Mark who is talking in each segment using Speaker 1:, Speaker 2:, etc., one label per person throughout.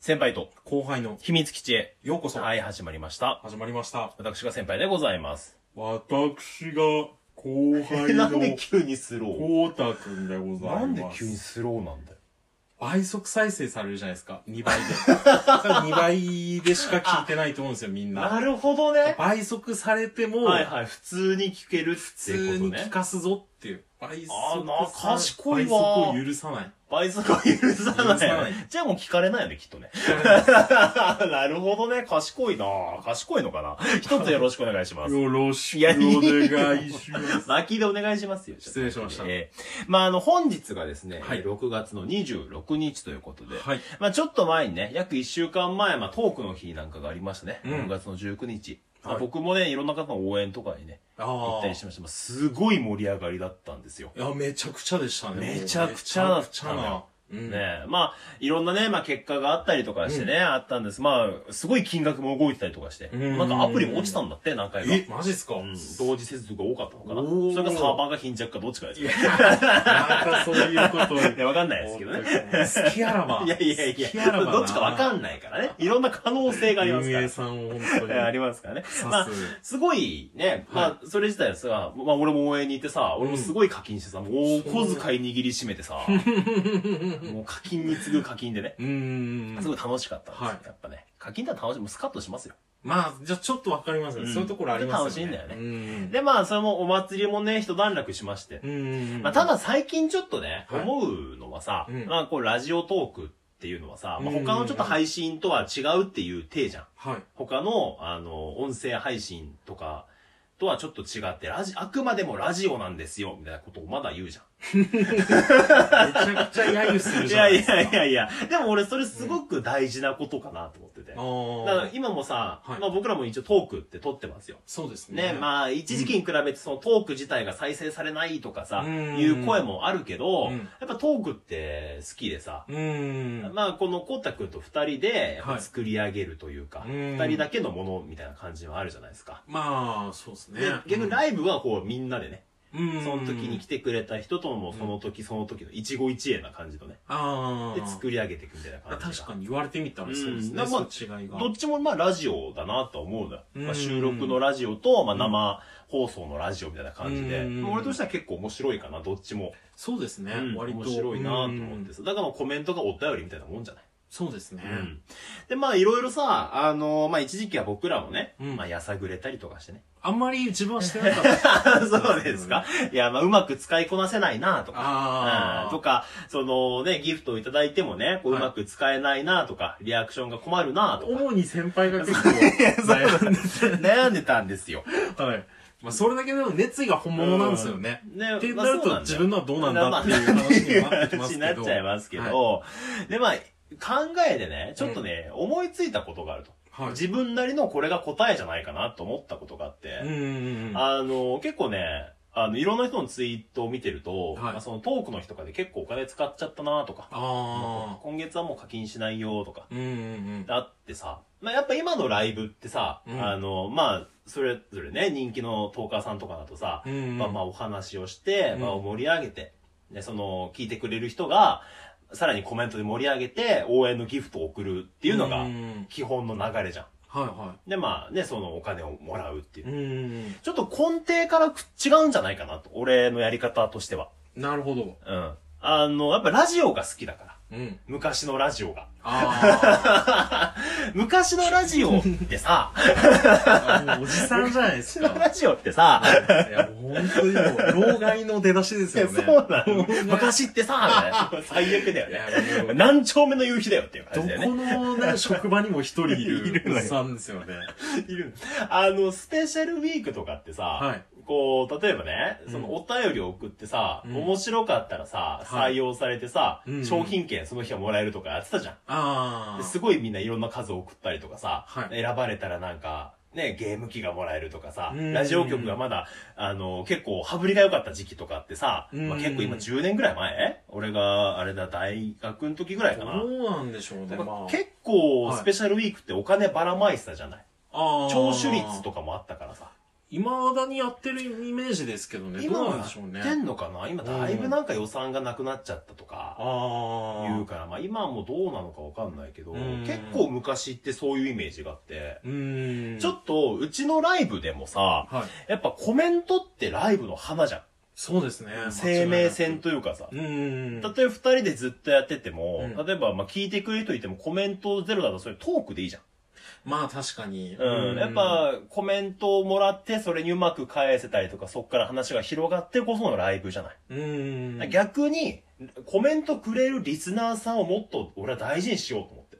Speaker 1: 先輩と
Speaker 2: 後輩の
Speaker 1: 秘密基地へ。
Speaker 2: ようこそ、
Speaker 1: はい、始まりました。
Speaker 2: 始まりました。
Speaker 1: 私が先輩でございます。
Speaker 2: 私が後 輩の
Speaker 1: 急にスロ
Speaker 2: こうたくんでございます。
Speaker 1: スローなんだよ。
Speaker 2: 倍速再生されるじゃないですか。2倍で。2倍でしか聞いてないと思うんですよ、みん
Speaker 1: な
Speaker 2: な。
Speaker 1: るほどね。
Speaker 2: 倍速されても、
Speaker 1: はいはい、普通に聞けるって
Speaker 2: 普通
Speaker 1: こと
Speaker 2: に聞
Speaker 1: ね。
Speaker 2: かすぞっていう。倍速
Speaker 1: あーな
Speaker 2: さ
Speaker 1: 賢い
Speaker 2: 倍
Speaker 1: わ
Speaker 2: 速を許さない。
Speaker 1: 倍速は許さない。
Speaker 2: 許さない
Speaker 1: じゃあもう聞かれないよね、きっとね。 なるほどね。賢いな賢いのかな一つよろしくお願いします。
Speaker 2: よろし
Speaker 1: いや
Speaker 2: くお願いします。
Speaker 1: 巻きでお願いしますよ。
Speaker 2: 失礼しました
Speaker 1: えーまあ、あの、本日がですね、
Speaker 2: はい
Speaker 1: 6月の26日ということで、
Speaker 2: はい。
Speaker 1: まあ、ちょっと前にね、約1週間前、まあ、トークの日なんかがありましたね。
Speaker 2: うん
Speaker 1: 6月の19日。まあ
Speaker 2: はい
Speaker 1: 僕もね、いろんな方の応援とかにね、
Speaker 2: あ
Speaker 1: 行ったりしました。まあすごい盛り上がりだったんですよ。
Speaker 2: いや、めちゃくちゃでしたね。
Speaker 1: めちゃくちゃだ
Speaker 2: め
Speaker 1: っ
Speaker 2: ち
Speaker 1: たのよ
Speaker 2: ゃくちゃな。うん
Speaker 1: ねえ。まあ、いろんなね、まあ結果があったりとかしてね、
Speaker 2: う
Speaker 1: あったんです。まあ、すごい金額も動いてたりとかして。
Speaker 2: うん
Speaker 1: なんかアプリも落ちたんだって、何回か。
Speaker 2: え、マジっすか、
Speaker 1: うん、同時接続が多かったのかな。
Speaker 2: おー
Speaker 1: それかサーバーが貧弱かどっちかですよね。
Speaker 2: またそう いうことを言っ
Speaker 1: いや、わかんないですけど ね。
Speaker 2: 好きあらば。
Speaker 1: いやいやいや
Speaker 2: 好きあ、らばな。
Speaker 1: どっちかわか
Speaker 2: ない。
Speaker 1: んないからね。いろんな可能性があります
Speaker 2: 運
Speaker 1: か
Speaker 2: 営
Speaker 1: ら。
Speaker 2: さんを本当に。
Speaker 1: えーありますからね。まあ
Speaker 2: さ、す
Speaker 1: すごいね、まあ、それ自体ですが、まあ、俺も応援に行ってさ、俺もすごい課金してさ、もうお小遣い握りしめてさ、もう課金に次ぐ課金でね、
Speaker 2: うーん
Speaker 1: す。ごい楽しかったんですよ
Speaker 2: はい
Speaker 1: やっぱね、課金だと楽しい、もうスカッとしますよ。
Speaker 2: まあ、じゃあちょっとわかりますね、
Speaker 1: うん
Speaker 2: そういうところありますよね。
Speaker 1: ちょっと楽しい
Speaker 2: んだよね。
Speaker 1: で、まあ、それもお祭りもね、一段落しまして
Speaker 2: う。ん。うん。
Speaker 1: まあ、ただ最近ちょっとね、
Speaker 2: はい
Speaker 1: 思うのはさ、
Speaker 2: うん
Speaker 1: まあ、こう、ラジオトークっていうのはさ、まあ、
Speaker 2: うん
Speaker 1: 他のちょっと配信とは違うっていう体じゃん。
Speaker 2: はい。
Speaker 1: 他の、あの、音声配信とかとはちょっと違って、ラジ、あくまでもラジオなんですよ、みたいなことをまだ言うじゃん。
Speaker 2: めちゃくちゃ揶揄する
Speaker 1: い
Speaker 2: じゃ
Speaker 1: や
Speaker 2: ないで
Speaker 1: い
Speaker 2: すか。
Speaker 1: やいやいや、でも俺それすごく大事なことかなと思ってて。
Speaker 2: あ
Speaker 1: だから
Speaker 2: ー
Speaker 1: 今もさ、
Speaker 2: はい
Speaker 1: まあ僕らも一応トークって撮ってますよ。
Speaker 2: そうです
Speaker 1: ね、
Speaker 2: ね。
Speaker 1: まあ一時期に比べてそのトーク自体が再生されないとかさ、
Speaker 2: うん
Speaker 1: いう声もあるけど、
Speaker 2: うん
Speaker 1: やっぱトークって好きでさ、
Speaker 2: うーん。
Speaker 1: まあこのコウタ君と二人でやっぱ
Speaker 2: はい
Speaker 1: 作り上げるというか、
Speaker 2: うん
Speaker 1: 二、人だけのものみたいな感じはあるじゃないですか。
Speaker 2: まあ、そうですね
Speaker 1: で。、逆にライブはこうみんなでね、
Speaker 2: うん
Speaker 1: その時に来てくれた人ともその時その時の一期一会な感じとね、
Speaker 2: ああ。
Speaker 1: で作り上げていくみたいな感じが。
Speaker 2: 確かに言われてみたらそうです
Speaker 1: うん
Speaker 2: ね。
Speaker 1: だからまあ
Speaker 2: その違いが。
Speaker 1: どっちもまあラジオだなとは思うのよ。
Speaker 2: うん
Speaker 1: まあ、収録のラジオと、まあ、生放送のラジオみたいな感じで、
Speaker 2: うん
Speaker 1: 俺としては結構面白いかな、どっちも。
Speaker 2: そうですね。
Speaker 1: うん
Speaker 2: 割と。
Speaker 1: 面白いなと思って
Speaker 2: うん
Speaker 1: さ。だからまあコメントがお便りみたいなもんじゃない。
Speaker 2: そうですね。
Speaker 1: で、まあいろいろさ、あのまあ一時期は僕らもね、
Speaker 2: うん
Speaker 1: まあやさぐれたりとかして ね。
Speaker 2: あんまり自分はしてなかった。
Speaker 1: そうですかいや、まあうまく使いこなせないなとか。
Speaker 2: あ
Speaker 1: うん
Speaker 2: あ。
Speaker 1: とか、そのね、ギフトをいただいてもね、こうう
Speaker 2: はい
Speaker 1: まく使えないなとか、リアクションが困るなとか、
Speaker 2: 主に先輩が結構 悩んで
Speaker 1: 悩んでたんですよ。
Speaker 2: て。はい。まあ、それだけでも熱意が本物なんですよね。
Speaker 1: ね
Speaker 2: って
Speaker 1: ま
Speaker 2: なると
Speaker 1: あそうなんだよ
Speaker 2: 自分のはどうなんだっていう話にはなってきますけ ど
Speaker 1: 話になっちゃいますけど、で、まあ、考えでね、ちょっとね、思いついたことがあると。
Speaker 2: はい。
Speaker 1: 自分なりのこれが答えじゃないかなと思ったことがあって、
Speaker 2: うんうんうん。
Speaker 1: あの、結構ね、あの、いろんな人のツイートを見てると、
Speaker 2: はい
Speaker 1: まあ、そのトークの日とかで結構お金使っちゃったなとか、
Speaker 2: あ
Speaker 1: 今月はもう課金しないよとか、
Speaker 2: ー。うんうん
Speaker 1: だってさ、まあ、やっぱ今のライブってさ、
Speaker 2: うん
Speaker 1: あの、まあ、それぞれね、人気のトーカーさんとかだとさ、
Speaker 2: うん。うん。
Speaker 1: まあまあ
Speaker 2: あ、
Speaker 1: お話をして、
Speaker 2: うん
Speaker 1: まあ盛り上げて、で、その、聞いてくれる人が、さらにコメントで盛り上げて、応援のギフトを送るっていうのが
Speaker 2: う、ん
Speaker 1: 基本の流れじゃん。
Speaker 2: はいは
Speaker 1: で、まあね、そのお金をもらうってい
Speaker 2: い。う
Speaker 1: う。
Speaker 2: んうん
Speaker 1: ちょっと根底からく違うんじゃないかなと。俺のやり方としては。
Speaker 2: うん。なるほど。
Speaker 1: うん。あの、やっぱラジオが好きだから。
Speaker 2: うん。
Speaker 1: 昔のラジオが。
Speaker 2: あ
Speaker 1: 昔のラジオって さ、
Speaker 2: あ。おじさんじゃないです
Speaker 1: 昔の
Speaker 2: か。
Speaker 1: ラジオってさ、
Speaker 2: いや、もう本当にもう、老害の出だしですよね。
Speaker 1: そうなの。昔ってさ、みたいな最悪だよ
Speaker 2: い
Speaker 1: ね
Speaker 2: や。もう
Speaker 1: 何丁目の夕日だよっていう感
Speaker 2: ど
Speaker 1: じ
Speaker 2: こ
Speaker 1: だよね。
Speaker 2: の、ね、職場にも一人 い
Speaker 1: いる
Speaker 2: る
Speaker 1: の
Speaker 2: お
Speaker 1: よ
Speaker 2: っさんですよね。
Speaker 1: いるあの、スペシャルウィークとかってさ、
Speaker 2: はい
Speaker 1: こう、例えばね、
Speaker 2: うん
Speaker 1: そのお便りを送ってさ、
Speaker 2: うん
Speaker 1: 面白かったらさ、
Speaker 2: は
Speaker 1: 採
Speaker 2: い
Speaker 1: 用されてさ、
Speaker 2: うん
Speaker 1: 商品券その日はもらえるとかやってたじゃん。
Speaker 2: あ
Speaker 1: で
Speaker 2: あ。
Speaker 1: すごいみんないろんな数送ったりとかさ、
Speaker 2: はい
Speaker 1: 選ばれたらなんか、ね、ゲーム機がもらえるとかさ、
Speaker 2: うん
Speaker 1: ラジオ局がまだ、あの、結構、羽振りが良かった時期とかってさ、
Speaker 2: うん
Speaker 1: まあ、結構今10年ぐらい前俺が、あれだ、大学の時ぐらいかな。
Speaker 2: どうなんでしょう
Speaker 1: な
Speaker 2: ね。
Speaker 1: ん
Speaker 2: ま
Speaker 1: か
Speaker 2: あ。
Speaker 1: 結構、
Speaker 2: はい
Speaker 1: スペシャルウィークってお金ばらまいてたじゃない
Speaker 2: あー
Speaker 1: 聴取率とかもあったからさ。
Speaker 2: 未だにやってるイメージですけどね。
Speaker 1: 今
Speaker 2: どう
Speaker 1: は
Speaker 2: なんでしょうね。
Speaker 1: やってんのかな今だいぶなんか予算がなくなっちゃったとか
Speaker 2: あ
Speaker 1: 言う
Speaker 2: あ。
Speaker 1: から、まあ今もどうなのかわかんないけど、
Speaker 2: うん
Speaker 1: 結構昔ってそういうイメージがあって、
Speaker 2: うーん。
Speaker 1: ちょっとうちのライブでもさ、
Speaker 2: はい。
Speaker 1: やっぱコメントってライブの花じゃん。
Speaker 2: そうですね。
Speaker 1: 生命線
Speaker 2: と。
Speaker 1: というかさ
Speaker 2: う。ーん。
Speaker 1: 例えば二人でずっとやってても、
Speaker 2: うん
Speaker 1: 例えばまあ聞いてくれる人いてもコメントゼロだとそれトークでいいじゃん。
Speaker 2: まあ確かに。
Speaker 1: うん、やっ、ぱコメントをもらってそれにうまく返せたりとかそっから話が広がってこそのライブじゃない、
Speaker 2: うーん。
Speaker 1: 逆にコメントくれるリスナーさんをもっと俺は大事にしようと思って、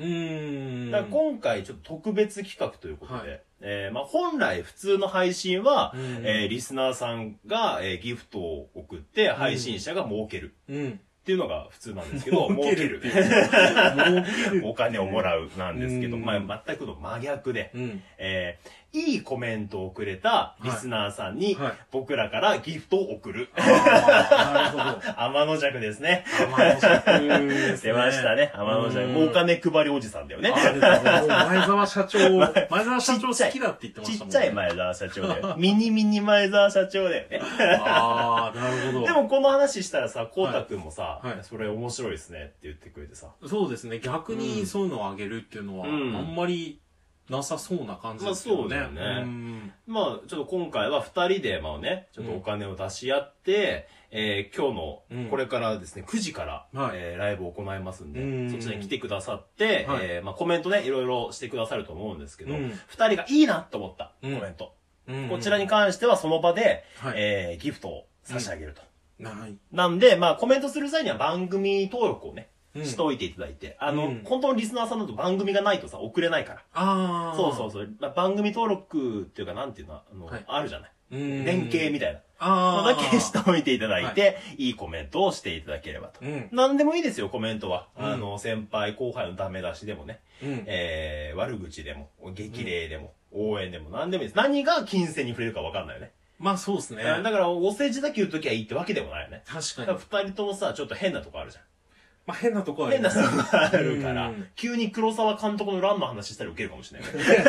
Speaker 2: うーん。
Speaker 1: だから今回ちょっと特別企画ということで、
Speaker 2: は
Speaker 1: えーまあ、本来普通の配信は、
Speaker 2: うん
Speaker 1: えーリスナーさんが、えーギフトを送って配信者が儲ける
Speaker 2: うん。
Speaker 1: っていうのが普通なんですけど儲
Speaker 2: 儲
Speaker 1: け
Speaker 2: け
Speaker 1: る
Speaker 2: るっていう。儲ける。
Speaker 1: お金をもらうなんですけど、
Speaker 2: うん
Speaker 1: まあ、全くの真逆で、
Speaker 2: うん。
Speaker 1: えーいいコメントをくれたリスナーさんに、
Speaker 2: はい。
Speaker 1: 僕らからギフトを送 る。
Speaker 2: あーなるほど。
Speaker 1: 天の弱ですね。
Speaker 2: 天の尺です
Speaker 1: 出
Speaker 2: ね
Speaker 1: ましたね。天の弱。もうお金配りおじさんだよね。
Speaker 2: あれだもう前澤社長、 前澤社長好きだって言ってま
Speaker 1: ち
Speaker 2: した
Speaker 1: っ
Speaker 2: もん
Speaker 1: ちゃい前澤社長だよ。 ミニミニ前澤社長だよね。
Speaker 2: ああ、なるほど。
Speaker 1: でもこの話したらさ、こうたくんもさ、
Speaker 2: はいはい
Speaker 1: それ面白いですねって言ってくれてさ。
Speaker 2: そうですね。逆
Speaker 1: う
Speaker 2: に
Speaker 1: ん
Speaker 2: そういうのをあげるっていうのは、
Speaker 1: うん
Speaker 2: あんまりなさそうな感じですけどね。
Speaker 1: まあそうだよね
Speaker 2: ん
Speaker 1: まあ、ちょっと今回は二人で、まあね、ちょっとお金を出し合って、えー今日
Speaker 2: う
Speaker 1: の、
Speaker 2: ん
Speaker 1: これからですね、9時から、
Speaker 2: はい
Speaker 1: えーライブを行いますんで、
Speaker 2: うん
Speaker 1: そちらに来てくださって、
Speaker 2: はい
Speaker 1: えーまあコメントね、いろいろしてくださると思うんですけど、
Speaker 2: う
Speaker 1: 二、
Speaker 2: ん
Speaker 1: 人がいいなと思ったコ
Speaker 2: うん
Speaker 1: メント、
Speaker 2: うん
Speaker 1: こちらに、関してはその場で、
Speaker 2: はい。
Speaker 1: えーギフトを差し上げると。
Speaker 2: ない。
Speaker 1: なんで、まあコメントする際には番組登録をね、
Speaker 2: うん
Speaker 1: しておいていただいて、あの、
Speaker 2: うん
Speaker 1: 本当のリスナーさんだと番組がないとさ、送れないから。
Speaker 2: ああ。
Speaker 1: そうそうそう。まあ、番組登録っていうか、なんていうの、あの、
Speaker 2: はい
Speaker 1: あるじゃない。
Speaker 2: う。ん。
Speaker 1: 連携みた
Speaker 2: たい
Speaker 1: いな。
Speaker 2: な。ああ。
Speaker 1: だけしておいていただいて、い、いコメントをしていただければと。
Speaker 2: うん。
Speaker 1: 何でもいいですよ、コメントは。
Speaker 2: うん
Speaker 1: あの、先輩、後輩のダメ出しでもね、
Speaker 2: うん。
Speaker 1: えー、悪口でも、激励でも、応援でも、何でもいいです。何が金銭に触れるか分かんないよね。
Speaker 2: まあそうですね。
Speaker 1: だから、お世辞だけ言うときはいいってわけでもないよね。
Speaker 2: 確か
Speaker 1: だ
Speaker 2: に
Speaker 1: か。ら二人ともさ、ちょっと変なとこあるじゃん。
Speaker 2: まあ変なとこはあり
Speaker 1: 変
Speaker 2: ま
Speaker 1: な
Speaker 2: す
Speaker 1: とこあるから
Speaker 2: うん、
Speaker 1: 急に黒沢監督の乱の話したらウケるかもしれ ないよね。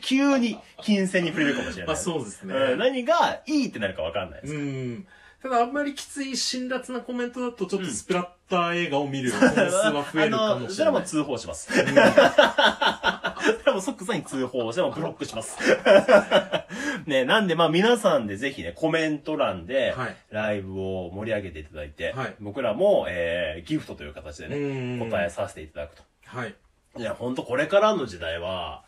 Speaker 1: 急に金銭に触れるかもしれない。
Speaker 2: まあそうですね。
Speaker 1: うん何がいいってなるか分かんないです。
Speaker 2: うん。ただあんまりきつい辛辣なコメントだとちょっとスプラッター映画を見 る本数は増えるか
Speaker 1: あ
Speaker 2: も
Speaker 1: の、
Speaker 2: し
Speaker 1: そ
Speaker 2: れ
Speaker 1: れ
Speaker 2: な
Speaker 1: も
Speaker 2: い。
Speaker 1: 通報します。 それも即座に通報して、もブロックします。ね、なんでまあ皆さんでぜひね、コメント欄で、
Speaker 2: はい
Speaker 1: ライブを盛り上げていただいて、
Speaker 2: はい
Speaker 1: 僕らも、えー、ギフトという形でね、
Speaker 2: うん
Speaker 1: 答えさせていただくと。
Speaker 2: はい。
Speaker 1: いや、ほんとこれからの時代は、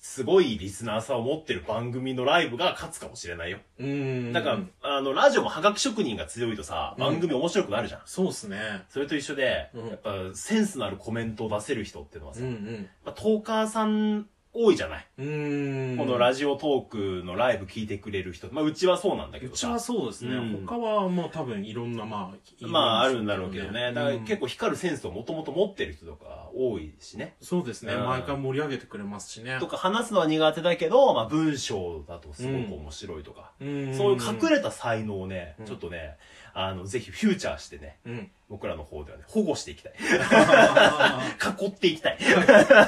Speaker 1: すごいリスナーさんを持ってる番組のライブが勝つかもしれないよ。
Speaker 2: うん。
Speaker 1: だから、あの、ラジオもハガキ職人が強いとさ、
Speaker 2: うん
Speaker 1: 番組面白くなるじゃん。
Speaker 2: そうですね。
Speaker 1: それと一緒で、
Speaker 2: うん
Speaker 1: やっぱセンスのあるコメントを出せる人っていうのはさ、
Speaker 2: うんうん。
Speaker 1: まあトーカーさん多いじゃない、
Speaker 2: うーん。
Speaker 1: このラジオトークのライブ聞いてくれる人。まあ、うちはそうなんだけ
Speaker 2: う
Speaker 1: ど
Speaker 2: ち
Speaker 1: さ
Speaker 2: は。そうですね。
Speaker 1: うん
Speaker 2: 他はもう多分いろんな、まあ、
Speaker 1: まあ、あるんだろうけどね。だから結
Speaker 2: 構。
Speaker 1: 構光るセンスをもともと持ってる人とか多いしね。
Speaker 2: そうですね。
Speaker 1: うん
Speaker 2: 毎回盛り上げてくれますしね
Speaker 1: と。か話すのは苦手だけど、まあ、文章だとすごく面白いとか、
Speaker 2: うん
Speaker 1: そういう隠れた才能をね、
Speaker 2: ん
Speaker 1: ちょっとね、あの、ぜひフューチャーしてね、
Speaker 2: うん。
Speaker 1: 僕らの方ではね、保護していき たい。
Speaker 2: あ
Speaker 1: 囲っていき たい。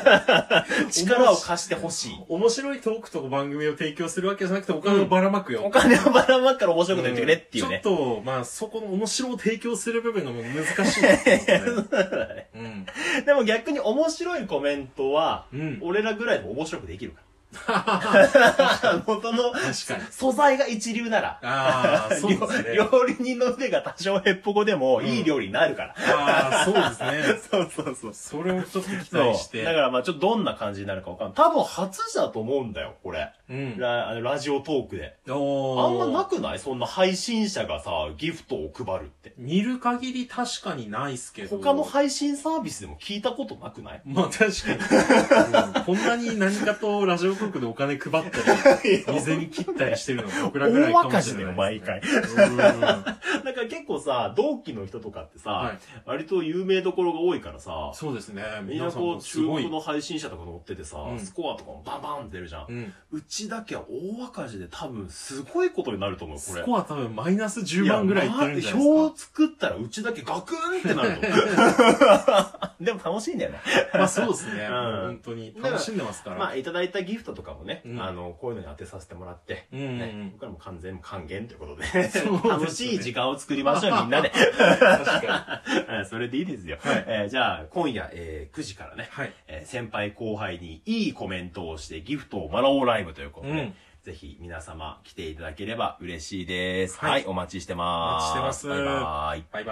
Speaker 2: ー
Speaker 1: 力を貸してほしい。
Speaker 2: 面白いトークとか番組を提供するわけじゃなくて、お金をばらまくよ。
Speaker 1: お金をばらまくから面白いこと言ってくれっていうね
Speaker 2: ち。ょっと、まあ、そこの面白を提供する部分がもう難しいですね。 うん。
Speaker 1: でも逆に面白いコメントは、
Speaker 2: うん。
Speaker 1: 俺らぐらいでも面白くできる から。元の
Speaker 2: 確かに。
Speaker 1: 素材が一流なら、
Speaker 2: あ あ、そうですね。
Speaker 1: 料理人の腕が多少ヘッポコでも、いい料理になるから。
Speaker 2: ああ、 そうですね。
Speaker 1: そうそうそう。
Speaker 2: それをちょっと期
Speaker 1: そう
Speaker 2: 待し。 て。
Speaker 1: だからまあちょっとどんな感じになるかわかんない。多分初だと思うんだよ、これ。
Speaker 2: うん。
Speaker 1: ラあのラジオトークで。あ
Speaker 2: あ
Speaker 1: んまなくないそんな配信者がさ、ギフトを配るって。
Speaker 2: 見る限り確かにないっすけど。
Speaker 1: 他の配信サービスでも聞いたことなくない
Speaker 2: まあ確か に、うんこんなに何かとラジオ局でお金配ったり、水に切ったりしてるのが僕らぐらいかもしれない、
Speaker 1: 大赤
Speaker 2: 字だよ、毎回。
Speaker 1: だから結構さ、同期の人とかってさ、
Speaker 2: はい
Speaker 1: 割と有名どころが多いからさ、
Speaker 2: そうですね。
Speaker 1: みんな
Speaker 2: 皆さん
Speaker 1: こ
Speaker 2: も
Speaker 1: う
Speaker 2: す
Speaker 1: 注
Speaker 2: ご
Speaker 1: 目
Speaker 2: い。
Speaker 1: の配信者とか乗っててさ、
Speaker 2: うん
Speaker 1: スコアとかもバンバン出るじゃん。
Speaker 2: うん。
Speaker 1: うちだけは大赤字で多分すごいことになると思う、これ。
Speaker 2: スコア多分マイナス10万ぐらいいってるんじゃない
Speaker 1: やまあ
Speaker 2: で
Speaker 1: 表作ったらうちだけガクンってなると思う。 でも楽しいんだよね。
Speaker 2: まあそうです
Speaker 1: う
Speaker 2: ね。
Speaker 1: ん
Speaker 2: 本当に。楽しんでますから。
Speaker 1: まあ、いただいたギフトとかもね、
Speaker 2: うん
Speaker 1: あの、こういうのに当てさせてもらって、
Speaker 2: うんうん
Speaker 1: ね、僕らも完全還元ということで、
Speaker 2: そうですね
Speaker 1: 楽しい時間を作りましょう、みんなで。
Speaker 2: 確か
Speaker 1: うんそれでいいですよ。
Speaker 2: はい
Speaker 1: えーじゃあ、今夜、えー9時からね、
Speaker 2: はい
Speaker 1: えー先輩後輩にいいコメントをしてギフトをもらおうライブということで、
Speaker 2: うん
Speaker 1: ぜひ皆様来ていただければ嬉しいです。は、
Speaker 2: はいい
Speaker 1: お待ちしてます。
Speaker 2: お待ちしてます
Speaker 1: バイバイ。
Speaker 2: に。バイバイ。